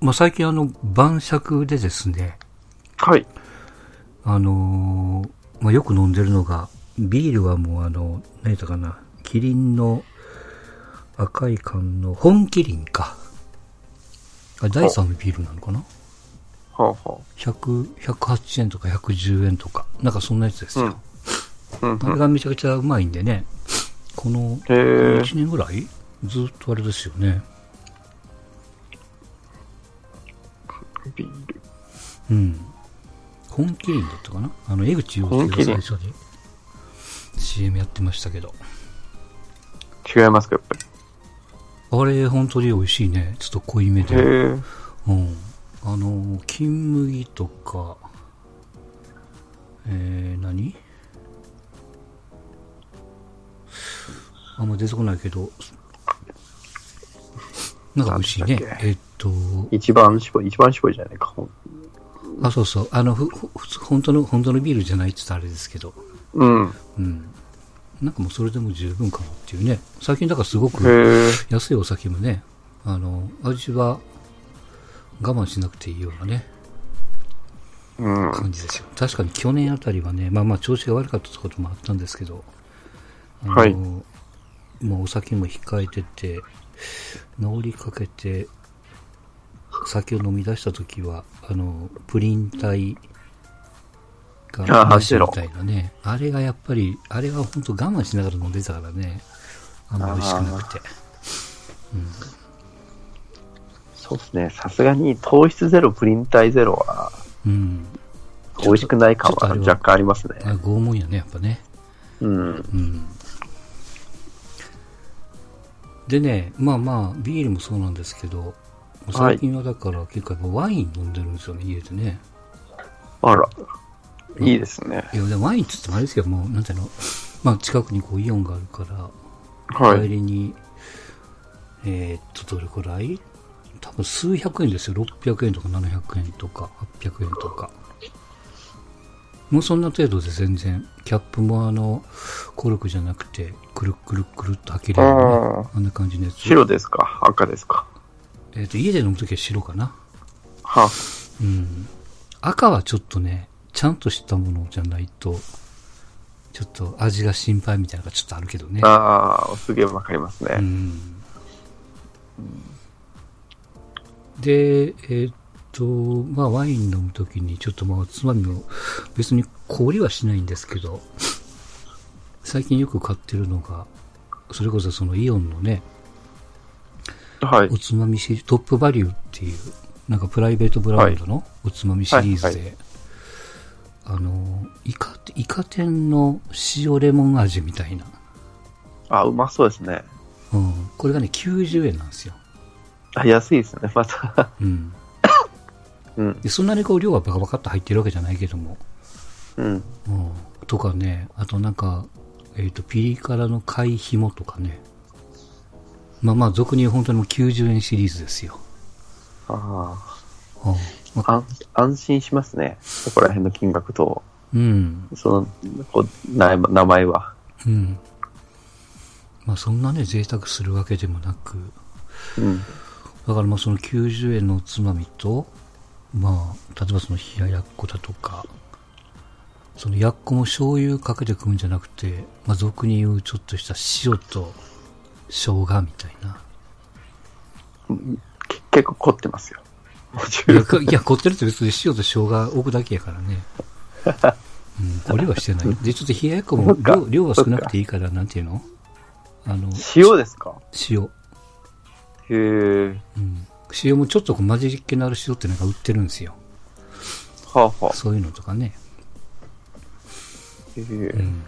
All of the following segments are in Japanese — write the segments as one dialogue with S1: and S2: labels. S1: まあ、最近あの、晩酌でですね、
S2: はい。
S1: あのーまあ、よく飲んでるのが、ビールはもうあの、何やったかな、キリンの赤い缶の、本キリンか。あ第3のビールなのかな
S2: はあ、は
S1: ?100、108円とか110円とか、なんかそんなやつですよ。
S2: あ。うん、
S1: あれがめちゃくちゃうまいんでね、この
S2: へえ。
S1: 1年ぐらいずっとあれですよね。
S2: ビール。
S1: うん。本麒麟だったかなあの、江口洋介が最初に CM やってましたけど。
S2: 違いますか、やっぱり。
S1: あれ、本当に美味しいね。ちょっと濃いめ
S2: へ
S1: で。
S2: え。
S1: うん。あの、金麦とか、えー、何あんま出てこないけど、なんか美味しいね
S2: なんだっ。け
S1: えっと、
S2: 一番搾り、一番搾りじゃないか。ほん
S1: あ、そうそう。あの、ふ、ふ、普通本当の、本当のビールじゃないって言ったらあれですけど。
S2: うん。
S1: うん。なんかもうそれでも十分かなっていうね。最近だからすごく
S2: へえ。
S1: 安いお酒もね、あの、味は我慢しなくていいようなね、
S2: うん。
S1: 感じですよ。確かに去年あたりはね、まあまあ調子が悪かったってこともあったんですけど、あの
S2: はい
S1: もうお酒も控えてて、治りかけて、酒を飲み出した時は、あの、プリン体が
S2: あー
S1: みたいなね。あれがやっぱり、あれは本当我慢しながら飲んでたからね。あんま美味しくなくて。
S2: そうですね。さすがに糖質ゼロ、プリン体ゼロは、
S1: うん。
S2: 美味しくない感
S1: ちょ
S2: は
S1: っとあれは
S2: 若干ありますね
S1: あ。れ拷問やね、やっぱね。
S2: うん。
S1: うん。でね、まあまあ、ビールもそうなんですけど、最近はだから結構やっぱワイン飲んでるんですよね、家でね。
S2: あら。いいですね。
S1: いや、でもワインって言ってもあれですけど、もう、なんていうの、まあ近くにこうイオンがあるから、
S2: は
S1: 帰
S2: い。
S1: りに、えーっと、どれくらい多分数百円ですよ。600円とか700円とか800円とか。もうそんな程度で全然、キャップもあの、コルクじゃなくて、くるっくるっくるっと開けるようなね
S2: あ、
S1: あんな感じのやつ。
S2: 白ですか赤ですか
S1: えーっと、家で飲むときは白かな。
S2: は
S1: うん。赤はちょっとね、ちゃんとしたものじゃないと、ちょっと味が心配みたいなのがちょっとあるけどね。
S2: あ。ああ、すげえわかります
S1: う
S2: ね。
S1: んで、えーっと、まあ、ワイン飲むときに、ちょっとまあ、おつまみを、別に氷はしないんですけど、 最近よく買ってるのが、それこそそのイオンのね、
S2: はい
S1: お。つまみシリーズ、トップバリューっていう、なんかプライベートブランドのおつまみシリーズで、
S2: はいは
S1: あの、イカ、イカ天の塩レモン味みたいな、
S2: あ、うまそうですね。
S1: うん、これがね、90円なんですよ。
S2: あ安いですね、また。
S1: うん。
S2: うん。
S1: でそんなにこう量がバカバカっと入ってるわけじゃないけども、
S2: うん。
S1: うん、とかねあとなんか、えー、とピリ辛の貝ひもとかねまあまあ俗に言う本当にもう90円シリーズですよ、
S2: あ
S1: うんま
S2: あ。安安心しますね。そこら辺の金額と、
S1: うん
S2: その、こう、な名前は。
S1: うんまあそんなね贅沢するわけでもなく
S2: うん。
S1: だからまあその90円のおつまみとまあ例えばその冷ややっこだとかそのやっこも醤油かけて食うんじゃなくて、まあ、俗に言うちょっとした塩と生姜みたい な
S2: け結構凝ってますよ。もち
S1: い
S2: ろ
S1: や、
S2: ん
S1: こいや凝ってるって別に塩と生姜置くだけやからね。うん、これはしてない。で、ちょっと冷ややっこも
S2: そっか
S1: 量量は少なくていいから、なんていうのあの、
S2: 塩ですか
S1: 塩。
S2: へえ。
S1: うん。塩もちょっとこう混じりっ気のある塩ってなんか売ってるんですよ。
S2: はあ、はあ。
S1: そういうのとかね。
S2: へ
S1: う
S2: え。
S1: ん。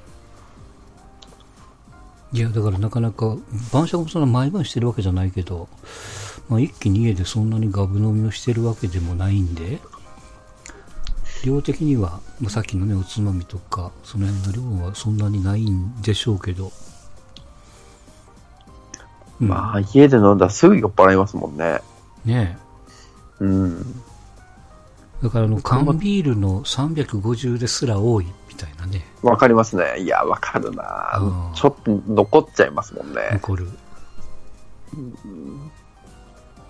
S1: いや、だからなかなか、晩酌もそんな毎晩してるわけじゃないけど、まあ一気に家でそんなにガブ飲みをしてるわけでもないんで、量的には、まあ、さっきのね、おつまみとか、その辺の量はそんなにないんでしょうけど、うん
S2: まあ、家で飲んだらすぐ酔っ払いますもんね。
S1: ねえ
S2: うん。
S1: だからあの、缶ビールの350ですら多いみたいなね、
S2: わかりますね。いや、わかるな
S1: うん
S2: ちょっと残っちゃいますもんね。
S1: 残る。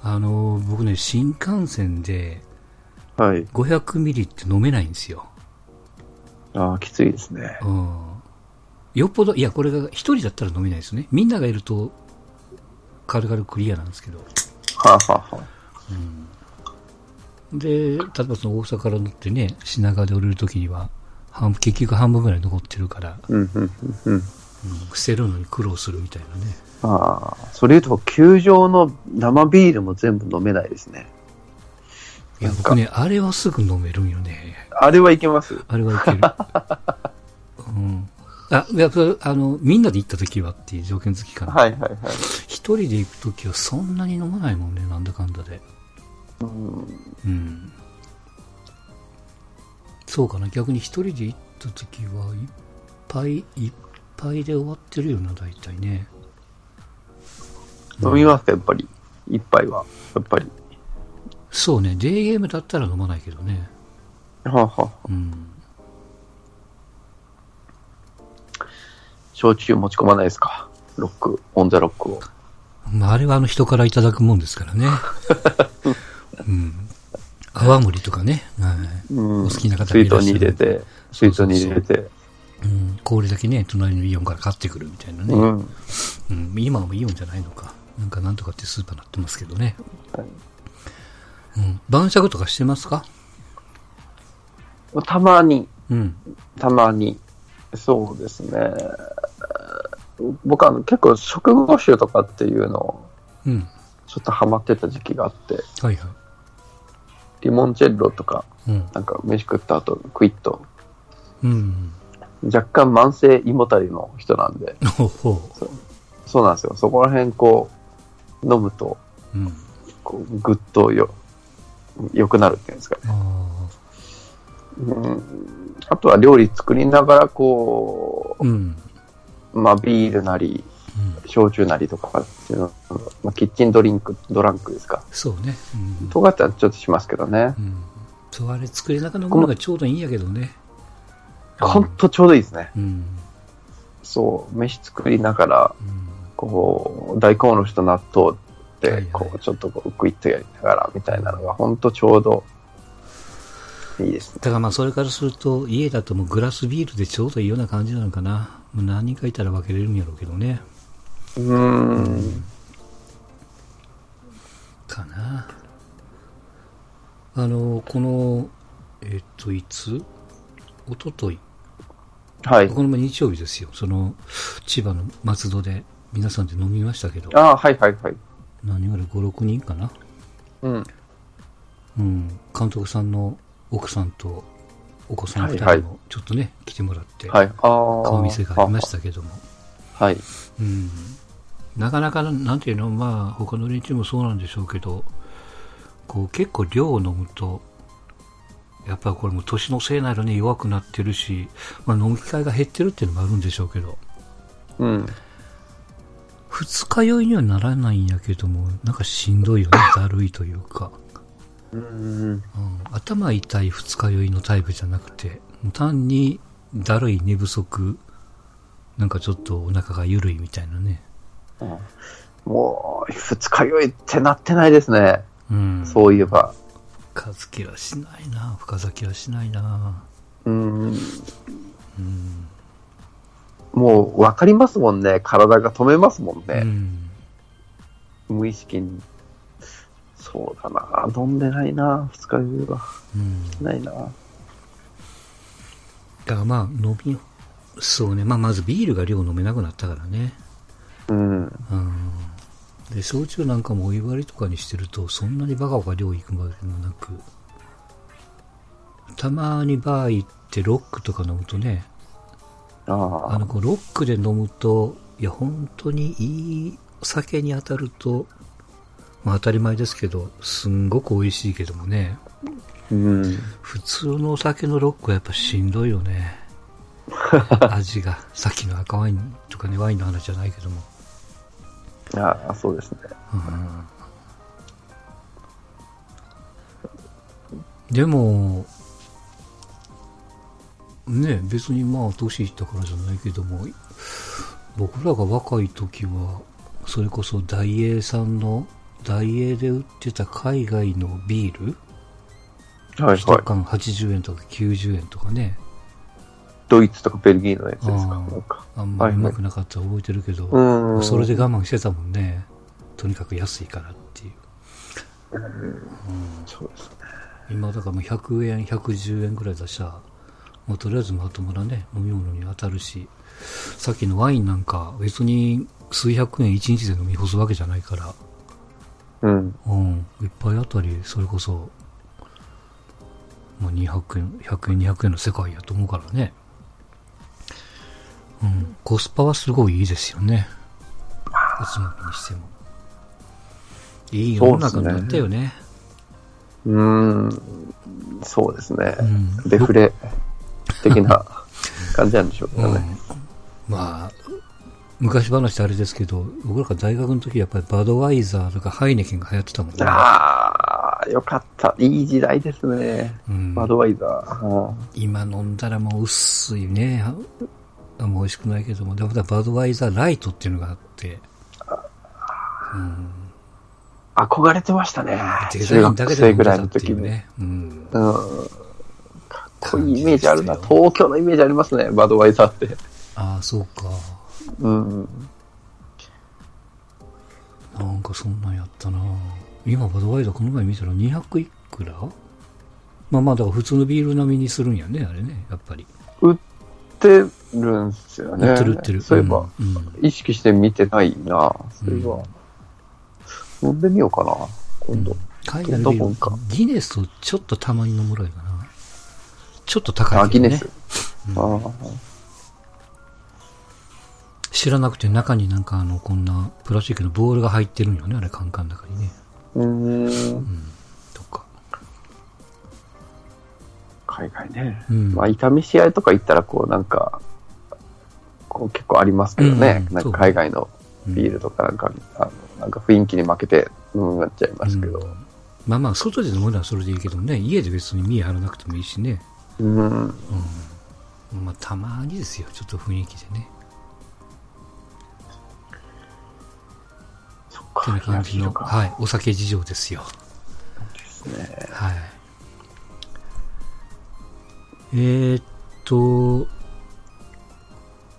S1: あの僕ね、新幹線で
S2: はい。
S1: 500ミリって飲めないんですよ。
S2: ああ、きついですね。
S1: うん。よっぽど、いや、これが一人だったら飲めないですね。みんながいると、軽々クリアなんですけど。
S2: はあ、はあはあ、
S1: で、例えばその大阪から乗ってね、品川で降りるときには、半結局半分ぐらい残ってるから、
S2: うん、うん、うん、うん。
S1: うん、捨てるのに苦労するみたいなね。
S2: ああ、それ言うと、球場の生ビールも全部飲めないですね。
S1: いや、
S2: なんか
S1: 僕ね、あれはすぐ飲めるんよね。
S2: あれはいけます。
S1: あれはいける。 うん。あ、いや、それあの、みんなで行ったときはっていう条件付きかな。
S2: はい、はい、はい。
S1: 一人で行くときはそんなに飲まないもんね、なんだかんだで。うん。そうかな、逆に一人で行ったときは、いっぱいいっぱいで終わってるよな、大体ね。
S2: 飲みますか、やっぱり。一杯は。やっぱり。
S1: そうね、デーゲームだったら飲まないけどね。
S2: はあ、はあ、
S1: うん。
S2: 焼酎持ち込まないですか。ロック、オンザロックを。
S1: まあ、あれはあの人からいただくもんですからね。うん。泡盛とかね。はい。
S2: うん、
S1: お好きな方が
S2: 水
S1: い
S2: 筒
S1: らっし
S2: に
S1: ゃる
S2: 入れて、
S1: そ
S2: 水
S1: うそ
S2: 筒
S1: うそう
S2: に入れて。
S1: うん、氷だけね、隣のイオンから買ってくるみたいなね。
S2: うん。
S1: うん、今はもうイオンじゃないのか。なんかなんとかってスーパーなってますけどね。
S2: はい
S1: うん。晩酌とかしてますか
S2: たまに、
S1: うん。
S2: たまに。そうですね。僕はあの結構食後酒とかっていうのを
S1: うん。
S2: ちょっとハマってた時期があって、
S1: はいは
S2: リモンチェッロとか、
S1: い。うん。
S2: なんか飯食った後、クイッと、
S1: うん。
S2: 若干慢性胃もたれの人なんで、
S1: ほうほ
S2: そうなんですよ。そこら辺こう、飲むと、
S1: う。うん。
S2: こう、ぐっとよ、良くなるっていうんですかね。
S1: ああ。
S2: うん。あとは料理作りながら、こ
S1: うん。うん。
S2: う、まあビールなり、焼酎なりとかっていうの、まあ、キッチンドリンク、ドランクですか。
S1: そうね。うん。
S2: とかってはちょっとしますけどね。
S1: うん。そう、あれ作れながら飲むのがちょうどいいんやけどね。
S2: ほんとちょうどいいですね。
S1: うん。
S2: そう、飯作りながら、
S1: うん。
S2: こう、大根おろしと納豆で、
S1: はいはい
S2: こう、ちょっとこう、クイッとやりながらみたいなのが、ほんとちょうど、いいですね。
S1: だからまあそれからすると家だともうグラスビールでちょうどいいような感じなのかなもう何人かいたら分けれるんやろうけどね
S2: うーん。
S1: かなあのこのえっといつ一昨日
S2: はい。
S1: この前日曜日ですよその千葉の松戸で皆さんで飲みましたけど
S2: ああ、はいはいはい。
S1: 何より56人かな
S2: うん。
S1: うん監督さんの奥さんとお子さん2
S2: はい
S1: 人
S2: は
S1: もちょっとね来てもらって
S2: はい。ああ。
S1: 顔見せがありましたけども
S2: た。はい。
S1: うんなかなか、なんていうの、まあ、他の連中もそうなんでしょうけど、こう、結構量を飲むと、やっぱこれも年のせいなのに弱くなってるし、まあ、飲む機会が減ってるっていうのもあるんでしょうけど、
S2: うん。
S1: 二日酔いにはならないんやけども、なんかしんどいよね、だるいというか、
S2: うん。
S1: うん、頭痛い二日酔いのタイプじゃなくて、単にだるい寝不足、なんかちょっとお腹が緩いみたいなね。
S2: もう、二日酔いってなってないですね。
S1: うん。
S2: そういえば。
S1: 深付きはしないな深咲きはしないな
S2: うん。もう、わかりますもんね。体が止めますもん
S1: う
S2: ね。
S1: ん
S2: 無意識に。そうだな。飲んでないな。二日酔いは。
S1: うん
S2: ないな。
S1: だからまあ飲みそうね、まあ、まずビールが量飲めなくなったからね
S2: うん。
S1: うんで焼酎なんかもお湯割りとかにしてるとそんなにバカバカ量いくまでもなくたまにバー行ってロックとか飲むとね
S2: あ
S1: あ
S2: あ。
S1: のこうロックで飲むといや本当にいい酒に当たると、まあ、当たり前ですけどすんごく美味しいけどもね
S2: うん。
S1: 普通のお酒のロックはやっぱしんどいよ ね味がさっきの赤ワインとかねワインの話じゃないけども、
S2: ああ、そうですね。
S1: でもね別にまあ年いったからじゃないけども僕らが若い時はそれこそ大英さんのダイエーで売ってた海外のビール、
S2: はい
S1: 1
S2: はい。
S1: 缶80円とか90円とかね、
S2: ドイツとかベルギーのやつですか。
S1: あー
S2: なんか。
S1: あんまりう
S2: はいは
S1: ま
S2: い
S1: くなかったら覚えてるけど、
S2: うーん。
S1: それで我慢してたもんね。とにかく安いからっていう。
S2: そうですね。
S1: 今だからもう100円110円ぐらいだしゃもうとりあえずまともなね飲み物に当たるしさっきのワインなんか別に数百円一日で飲み干すわけじゃないから
S2: うん。
S1: うん一杯あたりそれこそ、まあ、200円100円200円の世界やと思うからねうんコスパはすごいいいですよねおつまみにしてもいい世の中になったよね
S2: うーん。そうですね。
S1: うん
S2: デフレ的 な感じなんでしょうけどね。
S1: うん、まあ昔話ってあれですけど僕らが大学の時やっぱりバドワイザーとかハイネケンが流行ってたもんね、
S2: ああ、よかった。いい時代ですね。
S1: うん、
S2: バドワイザー。
S1: 今飲んだらもう薄いねああもう美味しくないけどもでもだバドワイザーライトっていうのがあって、うん、
S2: 憧れてましたね。
S1: デ
S2: 中
S1: ザインだけで
S2: 学生
S1: 飲んで
S2: ぐらい
S1: た
S2: の
S1: ってい
S2: 時
S1: う
S2: に。
S1: ね、うん、
S2: うん。かっこいいイメージあるな。
S1: 感じですよ
S2: 東京のイメージありますね。バドワイザーって。
S1: ああそうか
S2: うん。
S1: なんかそんなんやったな今バドワイザーこの前見たら200いくらまあまあだから普通のビール並みにするんやねあれねやっぱり
S2: 売ってるんですよね。
S1: 売ってる売ってる。
S2: そういえば、
S1: うん。
S2: 意識して見てないな。そういえば、飲んでみようかな。
S1: うん
S2: 今度。
S1: 海外のビ
S2: どんなも
S1: ー
S2: んか
S1: ル、ギネスをちょっとたまに飲むぐらいかな。ちょっと高い、ね。
S2: あ、ギネス。あ
S1: うん
S2: ー
S1: 知らなくて中になんかあの、こんなプラスチックのボールが入ってるんよね、あれ、カンカンの中にね。
S2: うーん。
S1: とか。
S2: 海外ね。
S1: うん。
S2: まあ、痛み試合とか行ったら、こう、なんか、こう結構ありますけどね。
S1: うん
S2: なんか海外のビー
S1: ル
S2: ルとかなんか、あのなんか雰囲気に負けて、うん、なっちゃいますけど。
S1: まあまあ、外で飲むのはそれでいいけどね、家で別に見え張らなくてもいいしね。
S2: うん。
S1: うん。まあ、たまにですよ、ちょっと雰囲気でね。
S2: そってか
S1: な、感じの、
S2: か。
S1: はい、お酒事情ですよ。
S2: ですね。
S1: はい。えーっと、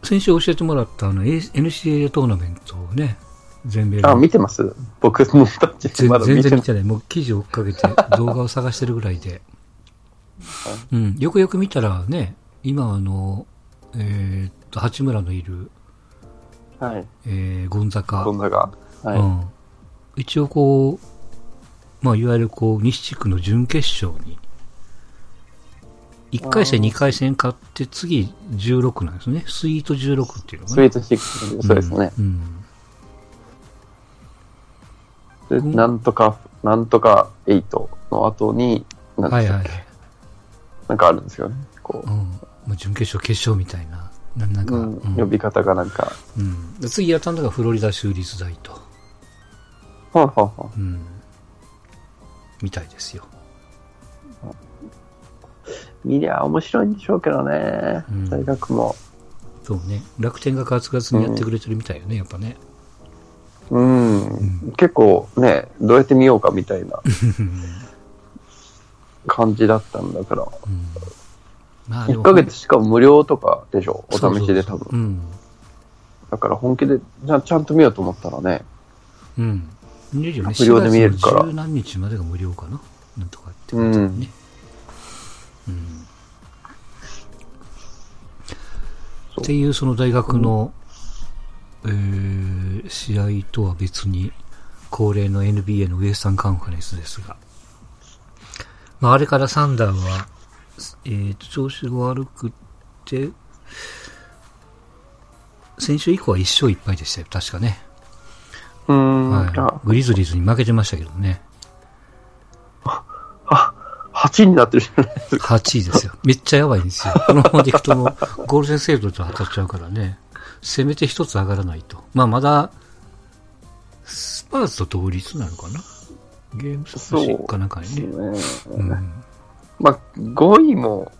S1: 先週教えてもらったあの A- NCAA トーナメントをね、全米
S2: あ、
S1: の
S2: 見てます僕、もうたち
S1: 全
S2: まだ
S1: 全
S2: 見て
S1: 然
S2: な
S1: 見
S2: い。
S1: てない。もう記事を追っか けて動画を探してるぐらいで。うん、よくよく見たらね、今あの、えーっと、八村のいる、
S2: はい。
S1: えーゴンザカ、
S2: こんなが。はい。
S1: うん、一応こう、まあ、いわゆるこう西地区の準決勝に1回戦、
S2: あー
S1: 2回戦勝って次16なんですねスイート16っていうのが
S2: スイート6、そうですね。
S1: うん
S2: で、
S1: うん
S2: なんとか、なんとか8の後に、な
S1: うんん、は
S2: で
S1: い
S2: した
S1: は
S2: っ
S1: い
S2: け、、なんかあるんですよね。こ
S1: うんまあ、準決勝、決勝みたいなななん
S2: う、
S1: か、
S2: うん
S1: うん
S2: 呼び方がなんか、
S1: うんで次やったのがフロリダ州立大と、
S2: はあ、はあはあ
S1: うん、みたいですよ
S2: 見りゃ面白いんでしょうけどね。
S1: うん
S2: 大学も。
S1: そうね楽天がカツカツにやってくれてるみたいよね、やっぱね
S2: うん。
S1: ん
S2: 結構ね、どうやって見ようかみたい な
S1: うん
S2: 感じだったんだから。
S1: まあで
S2: 1
S1: も
S2: ヶ月しか無料とかでしょ。お
S1: そうそう
S2: 試
S1: そう
S2: しで多分。
S1: うん
S2: だから本気でちゃんちゃんと見ようと思ったらね。
S1: うん。見れるよね。
S2: 無料で見れるから
S1: 4月の十何日までが無料かななんとかってことだね。うん。
S2: そう
S1: っていうその大学の、えー試合とは別に恒例の NBA のウエスタンカンファレンスですが、まあ、あれからサンダーは、えーと調子が悪くって先週以降は1勝1敗でしたよ確かね、
S2: うん。
S1: は
S2: あ
S1: い、グリズリーズに負けてましたけどね、
S2: 8になってるじゃないですか。
S1: 8位ですよ。めっちゃやばいん ですよ。このままでいくともう、ゴールデンセーブと当たっちゃうからね、せめて一つ上がらないと。まあまだ、スパーズと同率なのかなゲーム差
S2: そう
S1: しかなんかにね。
S2: ね
S1: うん、
S2: まあ、5位も、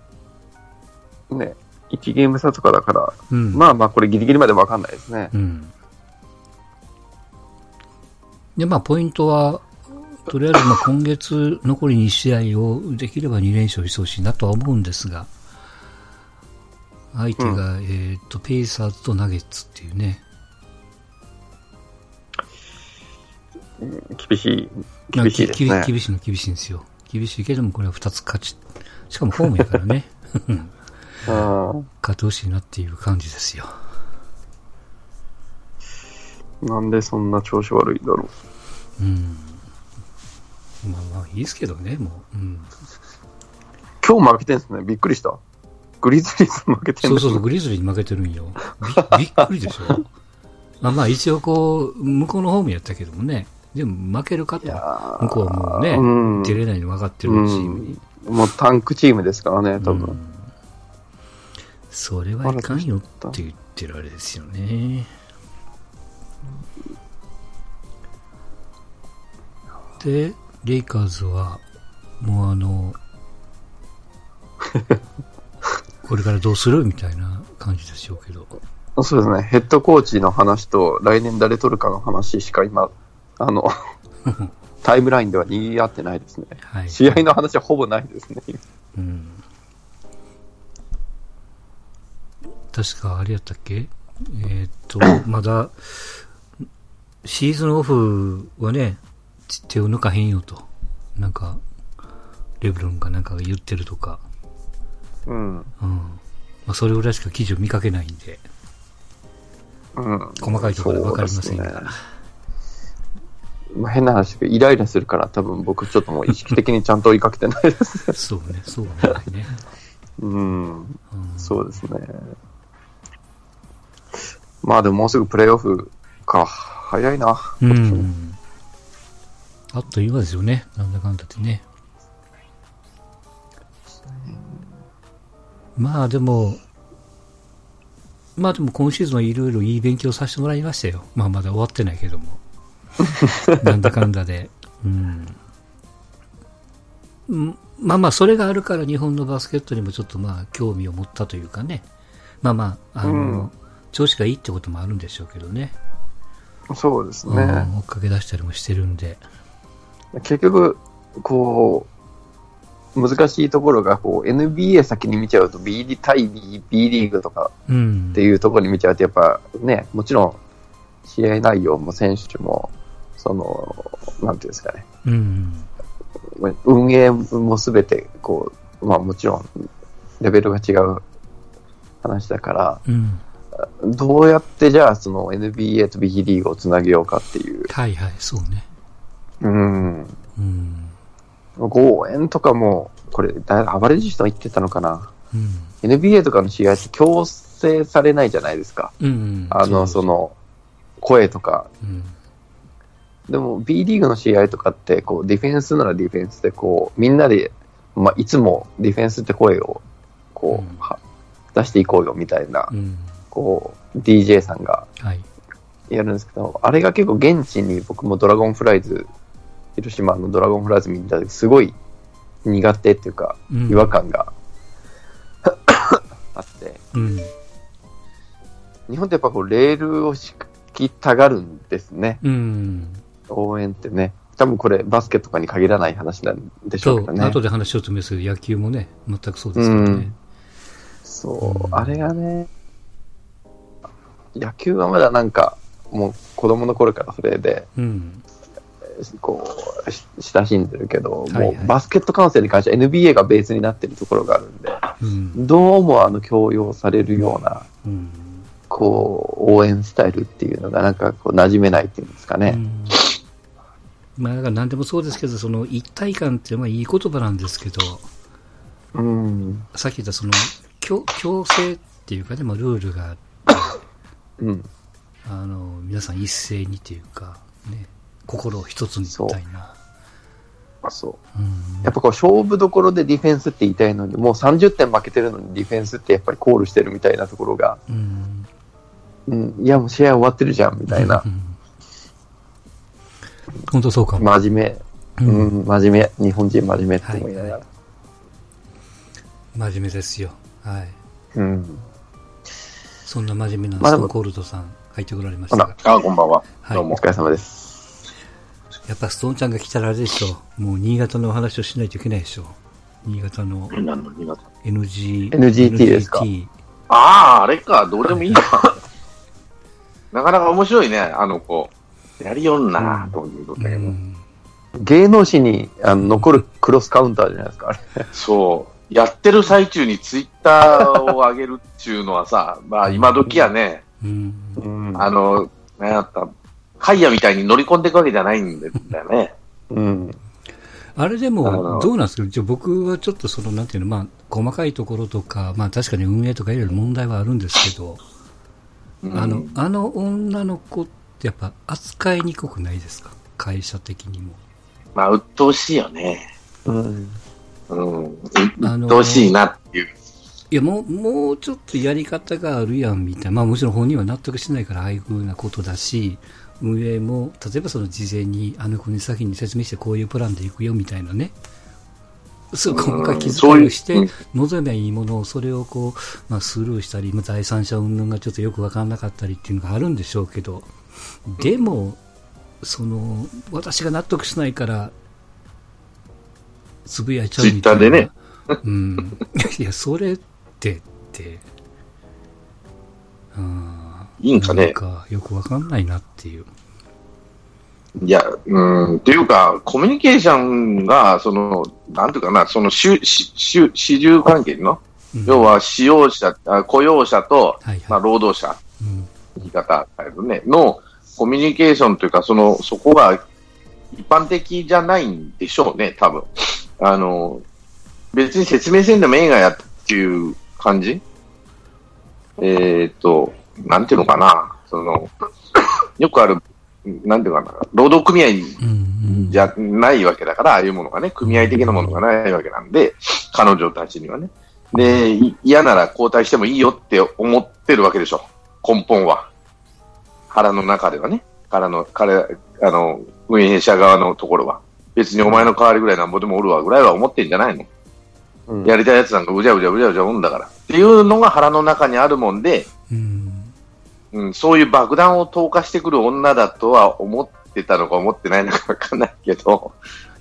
S2: ね、1ゲーム差とかだから、
S1: うん。
S2: まあまあ、これギリギリまでわかんないですね。
S1: うん。で、まあ、ポイントは、とりあえずまあ今月残り2試合をできれば2連勝してほしいなとは思うんですが、相手が、えーっと、ペイサーズとナゲッツっていうね、
S2: 厳しい、厳しいです
S1: まあ
S2: ね
S1: き。厳しいの厳しいんですよ。厳しいけども、これは2つ勝ち。しかもホームやからね、
S2: うん
S1: 勝ってほしいなっていう感じですよ。
S2: なんでそんな調子悪いんだろ
S1: うん。まあまあ、いいですけどね、もう。うん。
S2: う。今日負けてんすね。びっくりした。グリズリーズ負けて
S1: そ
S2: んで
S1: う
S2: す
S1: そう
S2: ね
S1: そう、グリズリーに負けてるんよ。 びびっくりでしょ。あまあ一応こう、向こうのホームやったけどもね。でも負けるかと。向こうはもうね、
S2: うん
S1: 出れないの分かってるチームに。
S2: もうタンクチームですからね、多
S1: う
S2: 分。
S1: んそれはいかんよって言ってるあれですよね。で、レイカーズは、もうあ の、これからどうするみたいな感じでしょうけど。
S2: そうですね。ヘッドコーチの話と、来年誰取るかの話しか今、あ の、タイムラインでは握り合ってないですね。
S1: はい。
S2: 試合の話はほぼないですね。
S1: うん。確かあれやったっけえーっと、 まだ、シーズンオフはね、ち手を抜かへんよと。なんか、レブロンがなんか言ってるとか。
S2: うん。
S1: うん。まあ、それぐらいしか記事を見かけないんで、
S2: うん。
S1: 細かいところはわかりません
S2: そ
S1: が。
S2: うですねまあ、変な話だけど、イライラするから、多分僕、ちょっともう意識的にちゃんと追いかけてないです。
S1: そうね、そうはないね。
S2: うん、
S1: うん、
S2: そうですね。まあでも、もうすぐプレイオフか、早いな。
S1: うん。あっという間ですよね。なんだかんだってね。まあでも、まあでも今シーズンはいろいろいい勉強させてもらいましたよ。まあまだ終わってないけども。なんだかんだで。うん。うんまあまあそれがあるから日本のバスケットにもちょっとまあ興味を持ったというかね。まあまあ、あの、
S2: うん
S1: 調子がいいってこともあるんでしょうけどね。
S2: そうです
S1: う
S2: ね。
S1: ん追っかけ出したりもしてるんで。
S2: 結局、こう、難しいところが、こう、NBA 先に見ちゃうと、B リ対 B, B リーグとか
S1: うん。
S2: っていうところに見ちゃうと、やっぱね、もちろん、試合内容も選手も、その、なんていうんですかね、
S1: うん。
S2: 運営もすべてこう、まあ、もちろんレベルが違う話だから
S1: うん。
S2: どうやってじゃあその NBA と B リーグをつなげようかっていう、
S1: はいはい、そうね。
S2: うん、
S1: うん。
S2: 5円とかもこれだ暴れじ人が言ってたのかな
S1: うん。
S2: NBA とかの試合って強制されないじゃないですか
S1: うん。
S2: あのそ。の声とか
S1: うん。
S2: でも B リーグの試合とかってこうディフェンスならディフェンスでこうみんなで、まあ、いつもディフェンスって声をこう、
S1: うん
S2: は出していこうよみたいな、
S1: うん。
S2: こう DJ さんが
S1: はい。
S2: やるんですけどあれが結構現地に僕もドラゴンフライズ広島のドラゴンフライズ見に行った時すごい苦手っていうか
S1: うん
S2: 違和。感が、 あって
S1: うん。
S2: 日本ってやっぱこうレールを敷きたがるんですね。
S1: うん。
S2: 応援ってね、多分これ、バスケとかに限らない話なんでしょ
S1: そう
S2: けど
S1: う、
S2: ね
S1: 後。で話しようと思いますけど、野球もね、全くそうですからね。
S2: そうう、
S1: ん
S2: あれがね、野球はまだなんか、もう子供の頃からそれで、
S1: うん。
S2: こう、し親しんでるけど、
S1: はいはい
S2: もうバスケット観戦に関しては NBA がベースになってるところがあるんで、
S1: うん。
S2: どうもあの強要されるような、
S1: うん。
S2: こう、応援スタイルっていうのがなんかこう、馴染めないっていうんですか
S1: う
S2: ね。
S1: んまあ、だから何でもそうですけど、その一体感って、まあいい言葉なんですけど、
S2: うん。
S1: さっき言ったその、強強制っていうかね、まあルールがあって
S2: うん。
S1: あの、皆さん一斉にというか、ね、心を一つにみたいな。
S2: そう。
S1: うん
S2: やっぱこう勝負どころでディフェンスって言いたいのに、もう30点負けてるのにディフェンスってやっぱりコールしてるみたいなところが、
S1: うん。
S2: うん、いやもう試合終わってるじゃんみたいな
S1: う、ん本当そうかも。
S2: 真面目、
S1: う
S2: うんん、真面目、日本人真面目って思いながら、
S1: はいは真面目ですよ。はい。
S2: うん、
S1: そんな真面目な
S2: まあで
S1: ス
S2: も
S1: ココールドさん、入ってこられまし
S3: ほ
S1: た
S3: ら
S1: が。、
S3: あ、こんばんは。
S1: はい
S3: どう
S2: お
S3: も
S2: 疲。れ様です。
S1: やっぱストーンちゃんが来たらあれでしょ。もう新潟のお話をしないといけないでしょ。新潟の
S3: 何の新潟
S1: NG、
S2: NGT ですか
S1: NGT
S3: ああ、あれか、どうで もいいな。なかなか面白いね、あの子。やりよんな、と思った
S1: う
S3: けど。
S1: ん。
S2: 芸能史にあの残るクロスカウンターじゃないですか、あれ。
S3: そう。やってる最中にツイッターを上げるっていうの はさ、まあ今時やね、
S1: うん。
S2: うん
S3: あの、なんやった、カイヤみたいに乗り込んでいくわけじゃないんだよね。
S2: うん。
S1: あれで
S3: なる
S1: も、
S3: ほど
S1: どうなんですか一応僕はちょっとその、なんていうの、まあ、細かいところとか、まあ確かに運営とかいろいろ問題はあるんですけど、
S3: うん
S1: あの、あの女の子ってやっぱ扱いにくくないですか会社的にも。
S3: まあ、鬱陶しいよね。
S2: うん。
S3: うん。う
S1: あの
S3: 鬱陶しいなっていう。
S1: いや、もう、もうちょっとやり方があるやん、みたいな。まあもちろん本人は納得してないから、ああいうふうなことだし、運営も、例えばその事前に、あの子に先に説明して、こういうプランで行くよ、みたいなね。そう、今回気
S3: そう
S1: 遣い
S3: い
S1: を
S3: う
S1: して
S3: うん、
S1: 望めばいいものを、それをこう、まあスルーしたり、まあ第三者云々がちょっとよくわかんなかったりっていうのがあるんでしょうけど、でも、その、私が納得しないから、つぶやいちゃうみたいな。
S3: ツイッターで
S1: う
S3: ね
S1: ん。 いや、それってって、うん。
S3: いいんか
S1: な
S3: ね
S1: ん。か、よくわかんないなっていう。
S3: いや、うん、というか、コミュニケーションが、その、なんていうかな、その、主、主、主主従関係の、
S1: うん
S3: 要、は、使用者、あ雇用者と、
S1: はいはい。
S3: まあ、労働者、
S1: うん
S3: 言い方だけどね、のコミュニケーションというか、その、そこが一般的じゃないんでしょうね、多分。あの、別に説明せんでも映画やっていう感じえーっと、なんていうのかな、その、よくある、なんていうのかな、労働組合
S1: うんうん
S3: じゃないわけだから、ああいうものがね、組合的なものがないわけなんで、彼女たちにはね。で、い嫌なら交代してもいいよって思ってるわけでしょ。根本は。腹の中ではね。からの、彼、あの、運営者側のところは。別にお前の代わりぐらいなんぼでもおるわぐらいは思ってんじゃないの。
S2: うん
S3: やりたいやつなんかうじゃうじゃうじゃうじゃうんだから。っていうのが腹の中にあるもんで、
S1: うん。
S3: うん、そういう爆弾を投下してくる女だとは思ってたのか思ってないのかわかんないけど、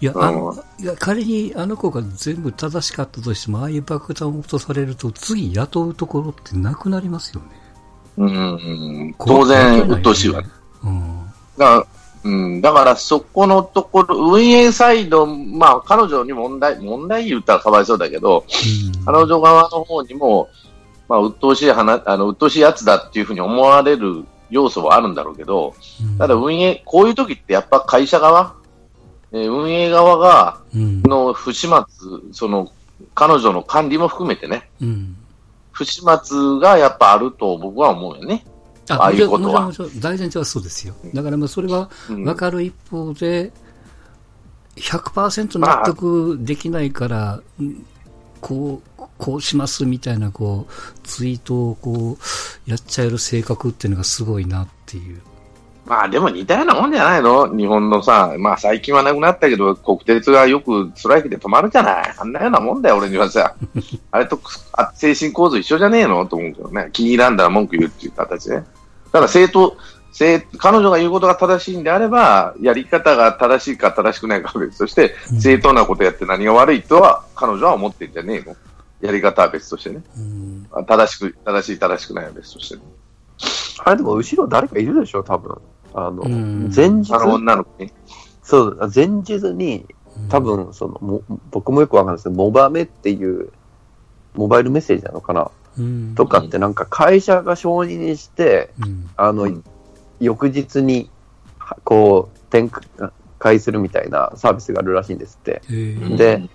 S1: いや、
S3: うん
S1: あの、いや、仮にあの子が全部正しかったとしても、ああいう爆弾を落とされると、次雇うところってなくなりますよね。
S3: うん、当然、鬱陶しいわ。だか
S1: うん。
S3: ら、うん、だからそこのところ、運営サイド、まあ、彼女に問題、問題言ったらかわいそうだけど、彼女側の方にも、まあ、鬱陶しい話、あの、鬱陶しいやつだっていうふうに思われる要素はあるんだろうけど、ただ
S1: うん、
S3: 運営、こういう時ってやっぱ会社側、えー運営側が、
S1: うん。
S3: の不始末、その、彼女の管理も含めてね、
S1: うん。
S3: 不始末がやっぱあると僕は思うよね。
S1: あ
S3: ああいうことは
S1: もちろんもちろんもちろん大前提はそうですよ。だからまあそれは
S3: うん
S1: 分かる一方で、100%納得できないから、うんこう、こうしますみたいな、こう、ツイートをこう、やっちゃえる性格っていうのがすごいなっていう。
S3: まあでも似たようなもんじゃないの日本のさ、まあ最近はなくなったけど、国鉄がよくストライキで止まるじゃないあんなようなもんだよ、俺にはさ。 あれとあ精神構造一緒じゃねえのと思うけどね。気に入らんだら文句言うっていう形ね。ただ正当、正彼女が言うことが正しいんであれば、やり方が正しいか正しくないかは別として、
S1: うん
S3: 正当なことやって何が悪いとは彼女は思ってんじゃねえのやり方は別としてね。
S1: うん。
S3: あ正しく、正しい正しくないは別としてね。
S2: あれでも後ろ誰かいるでしょ、多分。あの、
S1: うん
S2: 前日
S3: あ、の女の子に。
S2: そう、前日に、多分、その、も僕もよくわかんないですけど、モバメっていう、モバイルメッセージなのかな
S1: うん、
S2: とかってなんか会社が承認にして、
S1: うん。
S2: あの、
S3: うん
S2: 翌日に、はこう、展開するみたいなサービスがあるらしいんですって。
S1: へー
S2: で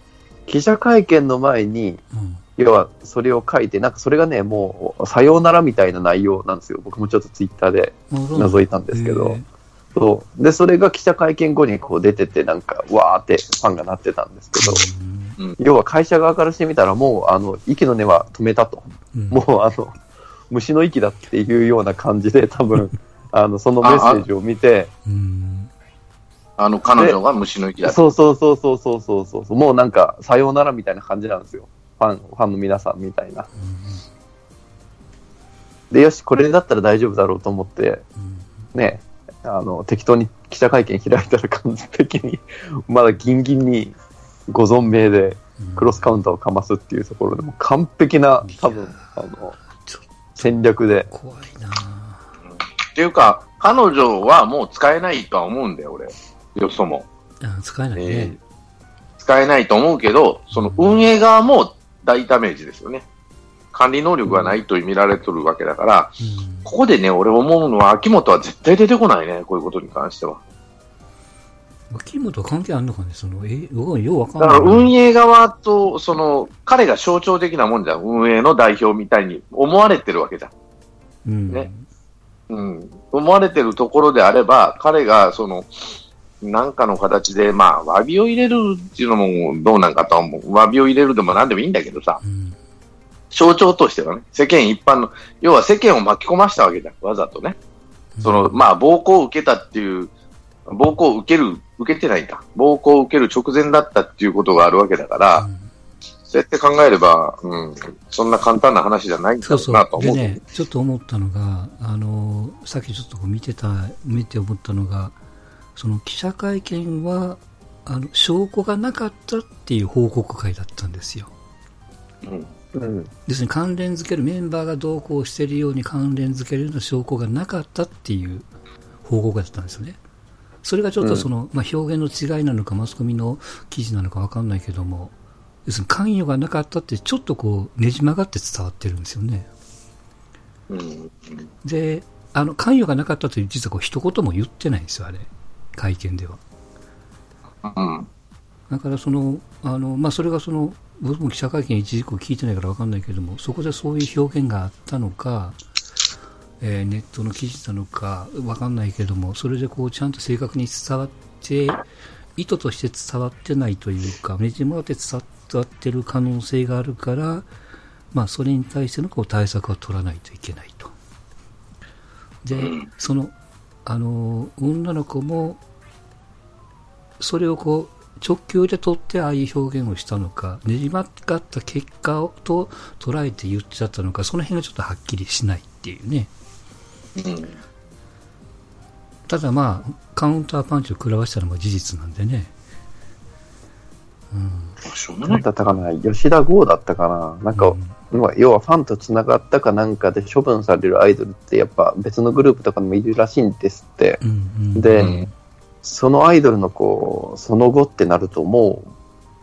S2: 記者会見の前に、
S1: うん
S2: 要はそれを書いて、なんかそれがね、もう、さようならみたいな内容なんですよ。僕もちょっとツイッターで
S1: あそうなんだ
S2: 覗いたんですけど
S1: へ。
S2: そう。で、それが記者会見後にこう出てて、なんか、わーってファンがなってたんですけど、
S1: ー
S2: 要は会社側からしてみたら、もう、あの、息の根は止めたと。
S1: うん
S2: もう、あの、虫の息だっていうような感じで、多分、あの、そのメッセージを見て、
S1: うん。
S3: あの、彼女が虫の息だった。
S2: そうそうそうそうそうそうそう、もうなんか、さようならみたいな感じなんですよ。ファン、ファンの皆さんみたいな。で、よし、これだったら大丈夫だろうと思って、
S1: うん
S2: ね、あの、適当に記者会見開いたら完璧に、まだギンギンにご存命で、
S1: うん
S2: クロスカウンターをかますっていうところでもう完璧な、多分、あの
S1: ちょ、
S2: 戦略で。
S1: 怖いなぁ
S3: っていうか、彼女はもう使えないとは思うんだよ、俺。よそも。
S1: あ使えないね。
S3: え使えないと思うけど、その運営側も大ダメージですよね。管理能力がないと見られとるわけだから、
S1: うん
S3: ここでね、俺思うのは、秋元は絶対出てこないね、こういうことに関しては。
S1: 秋元は関係あるのかねその、え、ようようわかん
S3: だ
S1: な
S3: か
S1: い。
S3: ら運営側と、その、彼が象徴的なもんじゃん、運営の代表みたいに思われてるわけじゃん。
S1: うん、
S3: ねうん、思われてるところであれば、彼がその、なんかの形で、まあ、詫びを入れるっていうのもどうなんかとは思う。詫びを入れるでも何でもいいんだけどさ、
S1: うん。
S3: 象徴としてはね、世間一般の、要は世間を巻き込ましたわけじゃん、わざとね。その、まあ、暴行を受けたっていう、暴行を受ける、受けてないんだ。暴行を受ける直前だったっていうことがあるわけだから、
S1: うん
S3: そうやって考えれば、うん、そんな簡単な話じゃないんだ
S1: そ
S3: ろ
S1: う
S3: うなと
S1: そう。
S3: 思
S1: で
S3: う。
S1: ね、ちょっと思ったのが、あの、さっきちょっとこう見てた、見て思ったのが、その記者会見は、あの、証拠がなかったっていう報告会だったんですよ。
S3: うん
S2: うん。
S1: ですね、関連づける、メンバーが同行しているように関連づけるような証拠がなかったっていう報告だったんですよね。それがちょっとその、まあ、表現の違いなのか、マスコミの記事なのかわかんないけども、要するに関与がなかったって、ちょっとこう、ねじ曲がって伝わってるんですよね。
S3: うん
S1: で、あの、関与がなかったという、実はこう、一言も言ってないんですよ、あれ。会見では。
S3: うん
S1: だからその、あの、まあ、それがその、僕も記者会見一時以降聞いてないからわかんないけども、そこでそういう表現があったのか、えーネットの記事なのかわかんないけども、それでこう、ちゃんと正確に伝わって、意図として伝わってないというか、ねじ曲がって伝わってる可能性があるから、まあ、それに対してのこう対策は取らないといけないと。で、その、あの、女の子も、それをこう直球で取ってああいう表現をしたのか、ねじ曲がった結果をと捉えて言っちゃったのか、その辺がちょっとはっきりしないっていうね。
S3: うん
S1: ただまあ、カウンターパンチを食らわしたのも事実なんでね。うん。
S3: しょうがな
S2: ないんだったかな吉田剛だったかななんか、
S1: うん
S2: まあ要はファンと繋がったかなんかで処分されるアイドルってやっぱ別のグループとかにもいるらしいんですって。
S1: うんうん、
S2: で、
S3: うん
S2: そのアイドルのこう、その後ってなるともう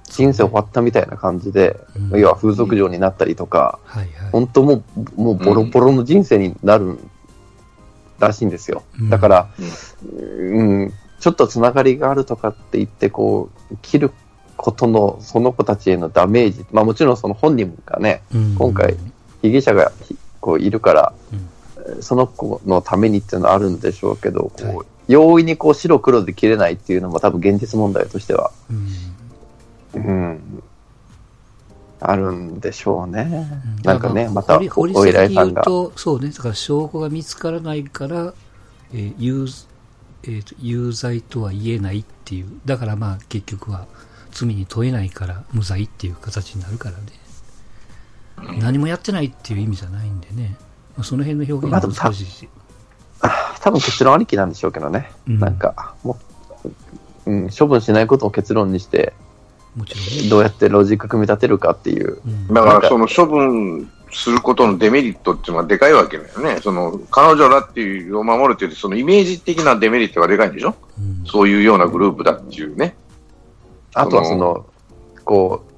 S2: 人生終わったみたいな感じで、
S1: うん
S2: 要は風俗嬢になったりとか、
S1: はいはい。
S2: 本当もう、もうボロボロの人生になるらしいんですよ。
S1: うん
S2: だから、うん、ちょっとつながりがあるとかって言って、こう、切ることの、その子たちへのダメージ、まあもちろんその本人がね、
S1: うん
S2: 今回被疑者がひこういるから、
S1: うん
S2: その子のためにっていうのはあるんでしょうけど、こう
S1: はい
S2: 容易にこう白黒で切れないっていうのも多分現実問題としては、
S1: うん
S2: うん、あるんでしょうね。
S1: うん
S2: なんかね
S1: だら
S2: また
S1: 掘り掘り
S2: お偉いさ
S1: 先言
S2: んが
S1: うと、そうね、だから証拠が見つからないから、えー有えーと有罪とは言えないっていう、だからまあ結局は罪に問えないから無罪っていう形になるからね。何もやってないっていう意味じゃないんでね。まあ、その辺の表現
S2: まあでも
S1: 難しいし。
S2: 多分こっちの兄貴なんでしょうけどね。
S1: うん
S2: なんか、もう、うん、処分しないことを結論にして、
S1: もちろんね。
S2: どうやってロジック組み立てるかっていう。
S1: うん
S3: だから、その処分することのデメリットっていうのはでかいわけだよね。その、彼女らっていうを守るっていう、そのイメージ的なデメリットがでかいんでしょ
S1: うん
S3: そういうようなグループだっていうね。
S2: あとはその、こう、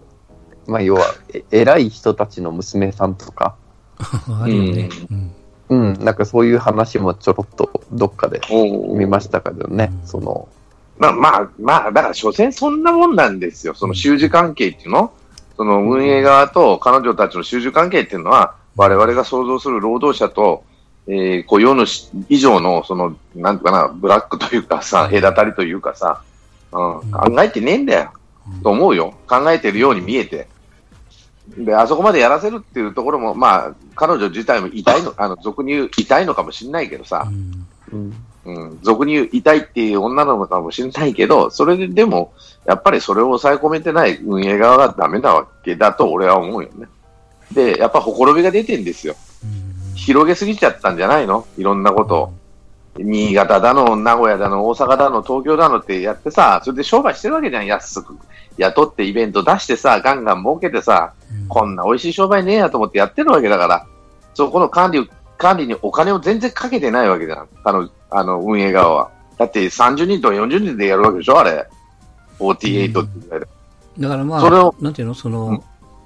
S2: まあ要は、え偉い人たちの娘さんとか、
S1: あるよね。うん
S2: うん、なんかそういう話もちょろっとどっかで
S3: お
S2: 見ましたけどね、
S1: うん
S2: その、
S3: まあまあ、まあ、だから、所詮そんなもんなんですよ。その、習字関係っていうのその、運営側と彼女たちの習字関係っていうのは、我々が想像する労働者と、えー、雇用主以上の、その、なんていうかな、ブラックというかさ、隔たりというかさ、うん、考えてねえんだ
S1: う
S3: よ。
S1: ん
S3: と思うよ。考えてるように見えて。で、あそこまでやらせるっていうところも、まあ、彼女自体も痛いの、あの、俗に言う痛いのかもしれないけどさ
S1: う、ん
S2: うん、
S3: うん、俗に言う痛いっていう女の子かもしれないけど、それででも、やっぱりそれを抑え込めてない運営側がダメなわけだと俺は思うよね。で、やっぱほころびが出てんですよ。
S1: うん
S3: 広げすぎちゃったんじゃないのいろんなことを。新潟だの、名古屋だの、大阪だの、東京だのってやってさ、それで商売してるわけじゃん、安く。雇ってイベント出してさ、ガンガン儲けてさ、
S1: うん
S3: こんな美味しい商売ねえやと思ってやってるわけだから、そこの管理、管理にお金を全然かけてないわけじゃん。あの、あの、運営側は。だって30人とか40人でやるわけでしょあれ。48って言われて。
S1: だからまあ、
S3: それを
S1: なんていうの、その、
S3: うん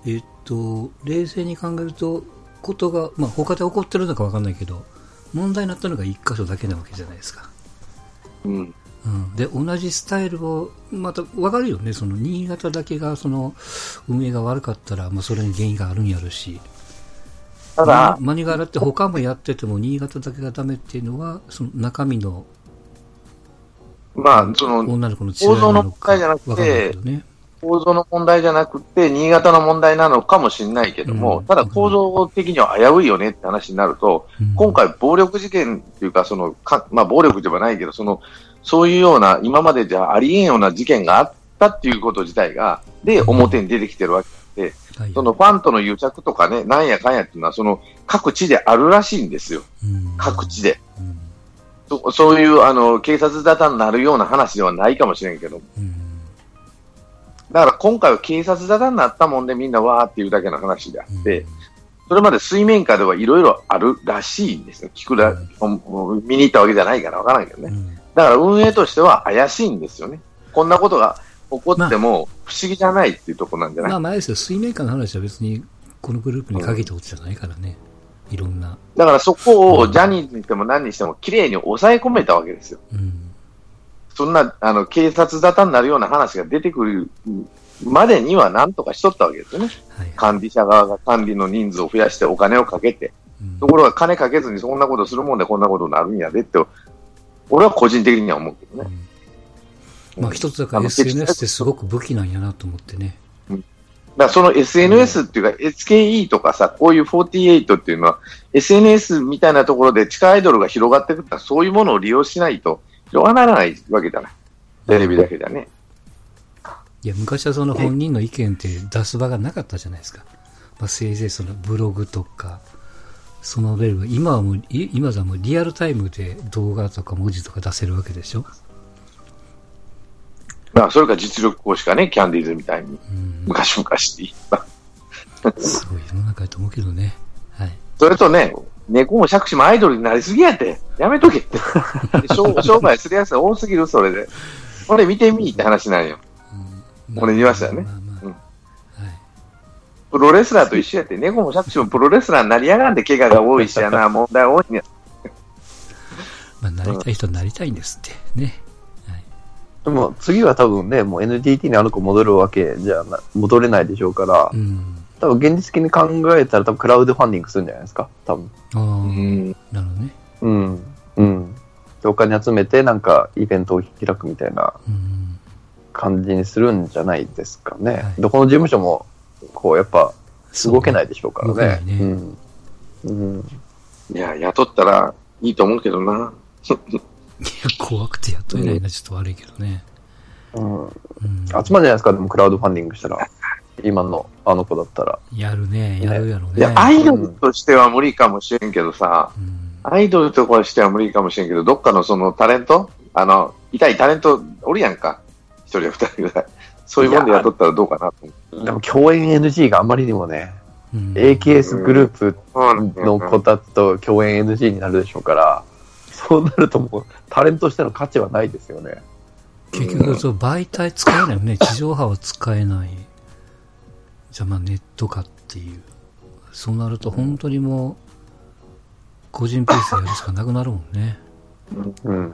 S1: えっと、冷静に考えると、ことが、まあ、他で起こってるのかわかんないけど、問題になったのが一箇所だけなわけじゃないですか。
S3: うん。
S1: うん、で、同じスタイルを、また、わかるよね、その、新潟だけが、その、運営が悪かったら、まあ、それに原因があるんやるし、
S3: ただ、
S1: マニガラって他もやってても、新潟だけがダメっていうのは、その中身の
S3: まあ、その、
S1: 女の子の違いな
S3: 構造
S1: のか、
S3: の問題じゃなくて
S1: わかんないけどね。
S3: 構造の問題じゃなくて、新潟の問題なのかもしれないけども、
S1: うん
S3: ただ構造的には危ういよねって話になると、
S1: うん
S3: 今回暴力事件っていうか、その、かまあ暴力ではないけど、その、そういうような、今までじゃありえんような事件があったっていうこと自体が、で、
S1: うん
S3: 表に出てきてるわけ。
S1: はい
S3: そのファンとの癒着とかね、なんやかんやっていうのは、その、各地であるらしいんですよ。
S1: うん
S3: 各地で。
S1: うん
S3: そそういう、あの、警察沙汰になるような話ではないかもしれんけど、
S1: うん
S3: だから今回は警察沙汰になったもんでみんなわーっていうだけの話であって、それまで水面下ではいろいろあるらしいんですよ。聞くら、お見に行ったわけじゃないからわからないけど
S1: う
S3: ね。
S1: ん
S3: だから運営としては怪しいんですよね。こんなことが起こっても不思議じゃないっていうところなんじゃない、
S1: まあ、前ですよ、水面下の話は別に、このグループに限ったことじゃないからね。いろんな。
S3: だからそこをジャニーズにしても何にしても綺麗に抑え込めたわけですよ。
S1: うん。
S3: そんな、あの、警察沙汰になるような話が出てくるまでには何とかしとったわけですよね。
S1: はい。
S3: 管理者側が管理の人数を増やしてお金をかけて。
S1: うん
S3: ところが金かけずにそんなことするもんでこんなことになるんやでって、俺は個人的には思うけどね。
S1: うんまあ、一つだから SNS ってすごく武器なんやなと思ってね。
S3: だからその SNS っていうか、SKE とかさ、こういう48っていうのは、SNS みたいなところで地下アイドルが広がってくったら、そういうものを利用しないと、広がらないわけじゃない。テレビだけじゃね。
S1: いや、昔はその本人の意見って出す場がなかったじゃないですか。まあ、せいぜいそのブログとか、そのレベルが、今はもう、い今じゃもうリアルタイムで動画とか文字とか出せるわけでしょ。
S3: だからそれか実力講師かね、キャンディーズみたいに。
S1: うん。
S3: 昔々って言った。
S1: すごい世の中やと思うけどね。はい。
S3: それとね、猫も借子もアイドルになりすぎやって。やめとけ って。商商売するやつ多すぎる、それで。これ見てみーって話なんよ。
S1: うん
S3: これ見ましたよね
S1: まあまあ
S3: うん
S1: はい。
S3: プロレスラーと一緒やって、猫も借子もプロレスラーになりやがんで、怪我が多いしや な、問題多いんや。
S1: まあ、なりたい人はなりたいんですって。ね。はい。
S2: でも次は多分ね、もう NTT にあの子戻るわけじゃな、戻れないでしょうから
S1: う、ん。
S2: 多分現実的に考えたら多分クラウドファンディングするんじゃないですか、多分。
S1: ああ、
S3: うん
S1: なるほどね。
S2: うん。うん。で、お金集めてなんかイベントを開くみたいな
S1: うん。
S2: 感じにするんじゃないですかね。
S1: はい
S2: どこの事務所も、こうやっぱ動けないでしょうからね。
S1: 動けないね
S2: うん。うん。
S3: いや、雇ったらいいと思うけどな。
S1: いや、 怖くて雇えないのはちょっと悪いけどね。
S2: うん、
S1: うん。
S2: 集まるじゃないですか、でもクラウドファンディングしたら。今のあの子だったら。
S1: やるね。やるやろう
S3: い
S1: ね
S3: や、。アイドルとしては無理かもしれんけどさ、
S1: うん。
S3: アイドルとしては無理かもしれんけど、どっかのそのタレントあの、痛いタレントおるやんか。一人や二人ぐらい。そういうもんで雇ったらどうかなと思
S2: でも共演 NG があまりにもね、
S1: うん
S2: AKS グループ
S3: う。
S2: の子たちと共演 NG になるでしょうから、そうなるともう、タレントとしての価値はないですよね。
S1: 結局、そう、媒体使えないよね。地上波は使えない。じゃあ、まあ、ネットかっていう。そうなると、本当にもう、個人ペースでやるしかなくなるもんね。
S2: うん。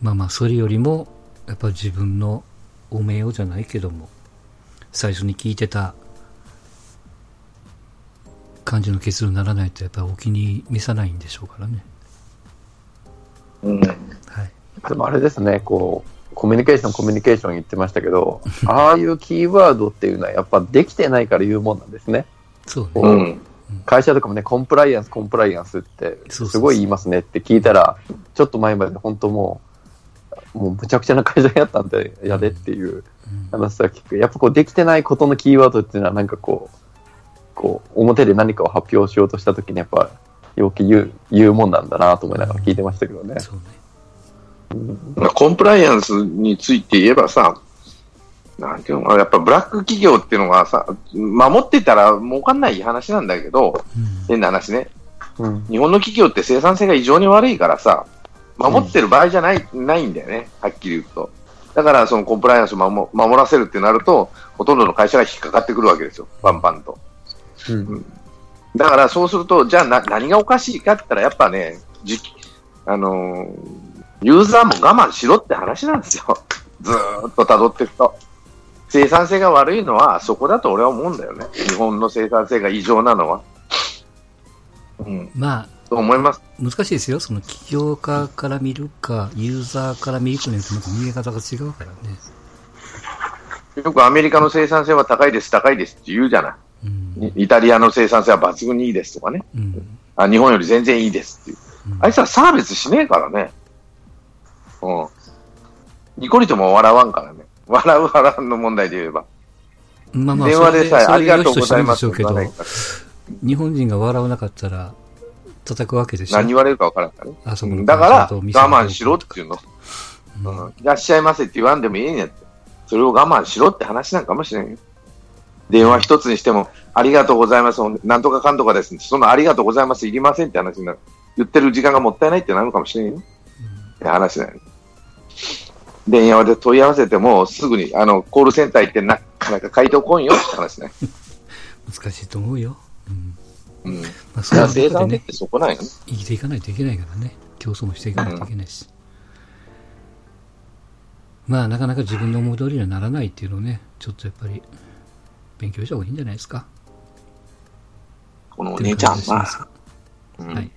S1: まあまあ、それよりも、やっぱ自分のおめよじゃないけども、最初に聞いてた感じの結論にならないと、やっぱお気に召さないんでしょうからね。
S3: うん
S1: はい。
S2: でもあれですね、こう、コミュニケーション、コミュニケーション言ってましたけど、ああいうキーワードっていうのはやっぱできてないから言うもんなんですね。
S1: そう
S2: う
S1: ね。
S3: うん。
S2: 会社とかもね、コンプライアンス、コンプライアンスって、
S1: そうそうそう
S2: すごい言いますねって聞いたら、ちょっと前まで本当もう、もうむちゃくちゃな会社やったんで、やでってい
S1: う
S2: う
S1: ん
S2: 話は聞く。やっぱこう、できてないことのキーワードっていうのはなんかこう、こう、表で何かを発表しようとした時にやっぱ、陽気言う、言うもんなんだなと思いながら聞いてましたけどね。
S1: そうね。
S3: まあコンプライアンスについて言えばさ、なんていうのかなやっぱブラック企業っていうのがさ、守ってたら儲かんない話なんだけど、
S1: うん
S3: 変な話ね、
S2: うん。
S3: 日本の企業って生産性が異常に悪いからさ、守ってる場合じゃない,、ないんだよね、はっきり言うと。だから、そのコンプライアンスを守守らせるってなると、ほとんどの会社が引っかかってくるわけですよ、バンバンと。
S2: うん。
S3: だからそうすると、じゃあな何がおかしいかって言ったら、やっぱね、じあのーユーザーも我慢しろって話なんですよ。 ずーっと辿っていくと。生産性が悪いのはそこだと俺は思うんだよね。日本の生産性が異常なのは。うん、
S1: まあ、
S3: と思います。
S1: 難しいですよ。その企業家から見るか、ユーザーから見るかによってまた見え方が違うからね。
S3: よくアメリカの生産性は高いです、高いですって言うじゃな
S1: うん。。
S3: いイタリアの生産性は抜群にいいですとかね。
S1: うん。
S3: あ日本より全然いいですっていう。
S1: うん
S3: あいつらサービスしねえからね。うん。ニコリとも笑わんからね。笑う笑わんの問題で言えば。
S1: まあまあ、
S3: 電話でさえ
S1: そ
S3: あ
S1: れ
S3: り
S1: で
S3: がとうございま
S1: そ
S3: す
S1: れ
S3: っ
S1: で
S3: て
S1: 良
S3: 言
S1: しとしてるんでしょうけど、日本人
S3: わないから
S1: が笑わなかったら、叩くわけでしょ。
S3: 何言われるか分からんからね。
S1: あそうこの
S3: んだから、我
S1: コンサート
S3: 慢しろっていうの。
S1: うん
S3: うん。いらっしゃいませって言わんでもいいんやって。それを我慢しろって話なんかもしれんよ。電話一つにしても、ありがとうございます。なんとかかんとかです。そのありがとうございます。いりませんって話になる。言ってる時間がもったいないってなるかもしれんよ。って話だよね。電話で問い合わせても、すぐに、あの、コールセンター行ってなかなか回答こんよって話ね。
S1: 難しいと思うよ。うん。
S3: うん。
S1: まあ、そ
S3: だ
S1: う
S3: か
S1: いう
S3: ら生
S1: 中
S3: 産
S1: で
S3: 性っ
S1: ね、
S3: てそこなんよね。
S1: 生きていかないといけないからね。競争もしていかないといけないし。まあ、なかなか自分の思う通りにはならないっていうのをね、ちょっとやっぱり、勉強した方がいいんじゃないですか。
S3: このお
S1: ってい
S3: 姉
S1: う
S3: ちゃ
S1: 感
S3: ん
S1: じがし
S3: は
S1: ます。
S3: うん
S1: はい。